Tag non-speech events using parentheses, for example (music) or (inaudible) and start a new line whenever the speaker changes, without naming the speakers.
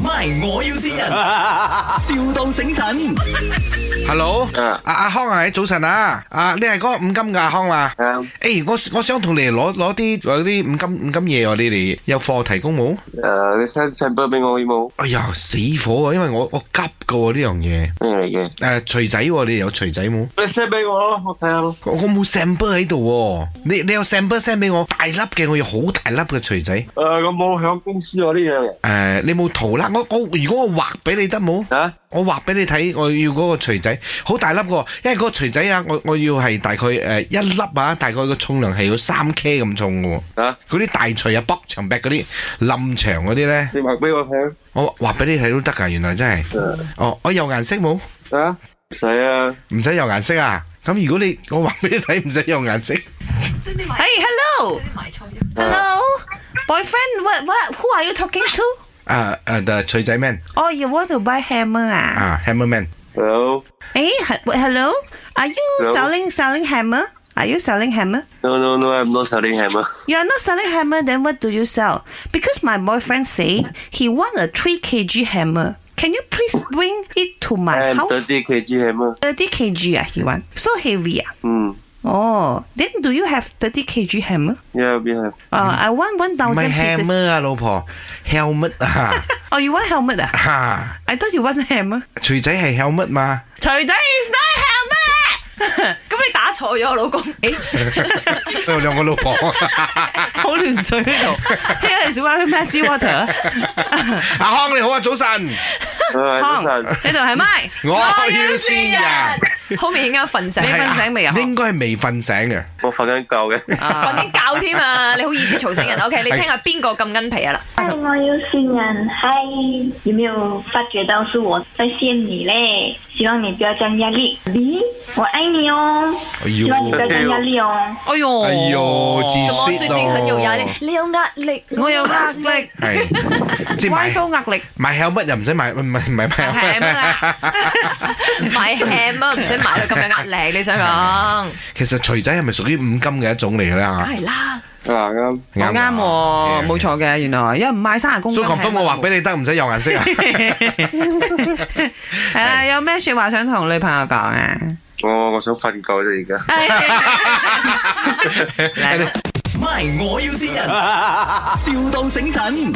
，MY 我要先
(laughs)
人，,笑到醒神。
Hello，
啊
阿阿康啊，早晨啊，啊你係嗰個五金嘅阿康嘛？
啱
誒，我我想同你攞攞啲嗰啲五金五金嘢喎，你哋有貨提供冇？
誒，你 send send 俾我好冇？
哎呀，死火啊！因為我我急嘅喎呢樣嘢。
咩嚟
誒，
嘅？
錘仔喎，你哋有錘仔冇？
你 send 俾我咯，我睇下咯。
我我冇 sample 喺度喎，你你有 sample send 俾我大粒嘅，我要好大粒嘅錘仔。
誒，我冇響公司我呢樣
誒，
嘢
你冇圖啦，我我如果我畫俾你得冇？
啊，
我畫俾你睇，我要嗰個錘仔，好大粒個，因為嗰個錘仔啊，我我要係大概誒、呃一粒啊，大概個重量係要三 K 咁重嘅喎。
啊，
嗰啲大錘啊、北牆壁嗰啲、冧牆嗰啲咧，
你畫俾我睇
我畫俾你睇都得㗎，原來真係。哦，我有顏色冇？
啊，唔使啊，
唔使有顏色啊！咁如果你我畫俾你睇，唔使有顏色。
Hey, hello. Hello. Boyfriend, what what who are you talking to?
啊啊，the 錘仔 man
Oh, you want to buy hammer 啊？
啊，hammer man。
no
Eh, he- hello. Are you
Hello.
selling selling hammer? Are you selling hammer?
no no no，I'm not selling hammer。
You are not selling hammer, then what do you sell? Because my boyfriend say he want a 3 kg hammer. Can you please bring it to my
M 多
house?
D K G hammer。
30 kg 啊，he ah, want. So heavy 啊。
嗯
哦、oh,，then do you have 30 kg hammer？
，yeah yeah。
啊、i want one
唔係
thousand pieces。
hammer 啊，老婆，helmet 啊，
Oh, you want helmet 啊
嚇
(laughs) ？I thought you want hammer。
錘仔係 helmet 嘛？
錘仔 is not
咁你打錯咗，老公。誒
都有兩個老婆。
helmet，好亂水呢度。Here is very messy water。
阿康你好啊，早晨，
康，
康
呢度係咪？
我要先人。
好明顯啱瞓醒，
你
瞓
瞓醒未啊
應該係未瞓醒嘅。
我瞓緊覺嘅。
緊覺添啊！
(laughs)
你好意思嘈醒人？OK，你聽下邊個咁恩皮啊啦？
嗨，我有新人，嗨，有没有发觉到是我在陷你嘞？希望你不要这样压力，咦，我爱你哦，
哎
希望你不要这样压力哦。
哎呦，
哎呦自
怎麼最近很有壓力？你有壓力，
我有壓力，
(laughs)
係，即係
歪
買
數壓力。
買 helmet 又唔使買，唔係唔係買 helmet。
買 ham 啊，唔使買到咁有壓力。你想講？
其實錘仔係咪屬於五金嘅一種嚟嘅咧
梗
嚇？
係啦，
啊啱，
我啱
啊
喎，冇。錯嘅，原來有人賣三十公斤
蘇
係
狂
咪。
風，我畫俾你得，唔使有顏色啊！
係啊，有咩説話想同女朋友講啊？
我我想瞓覺啫而家。
(laughs)
MY 我要先人，,笑到醒神。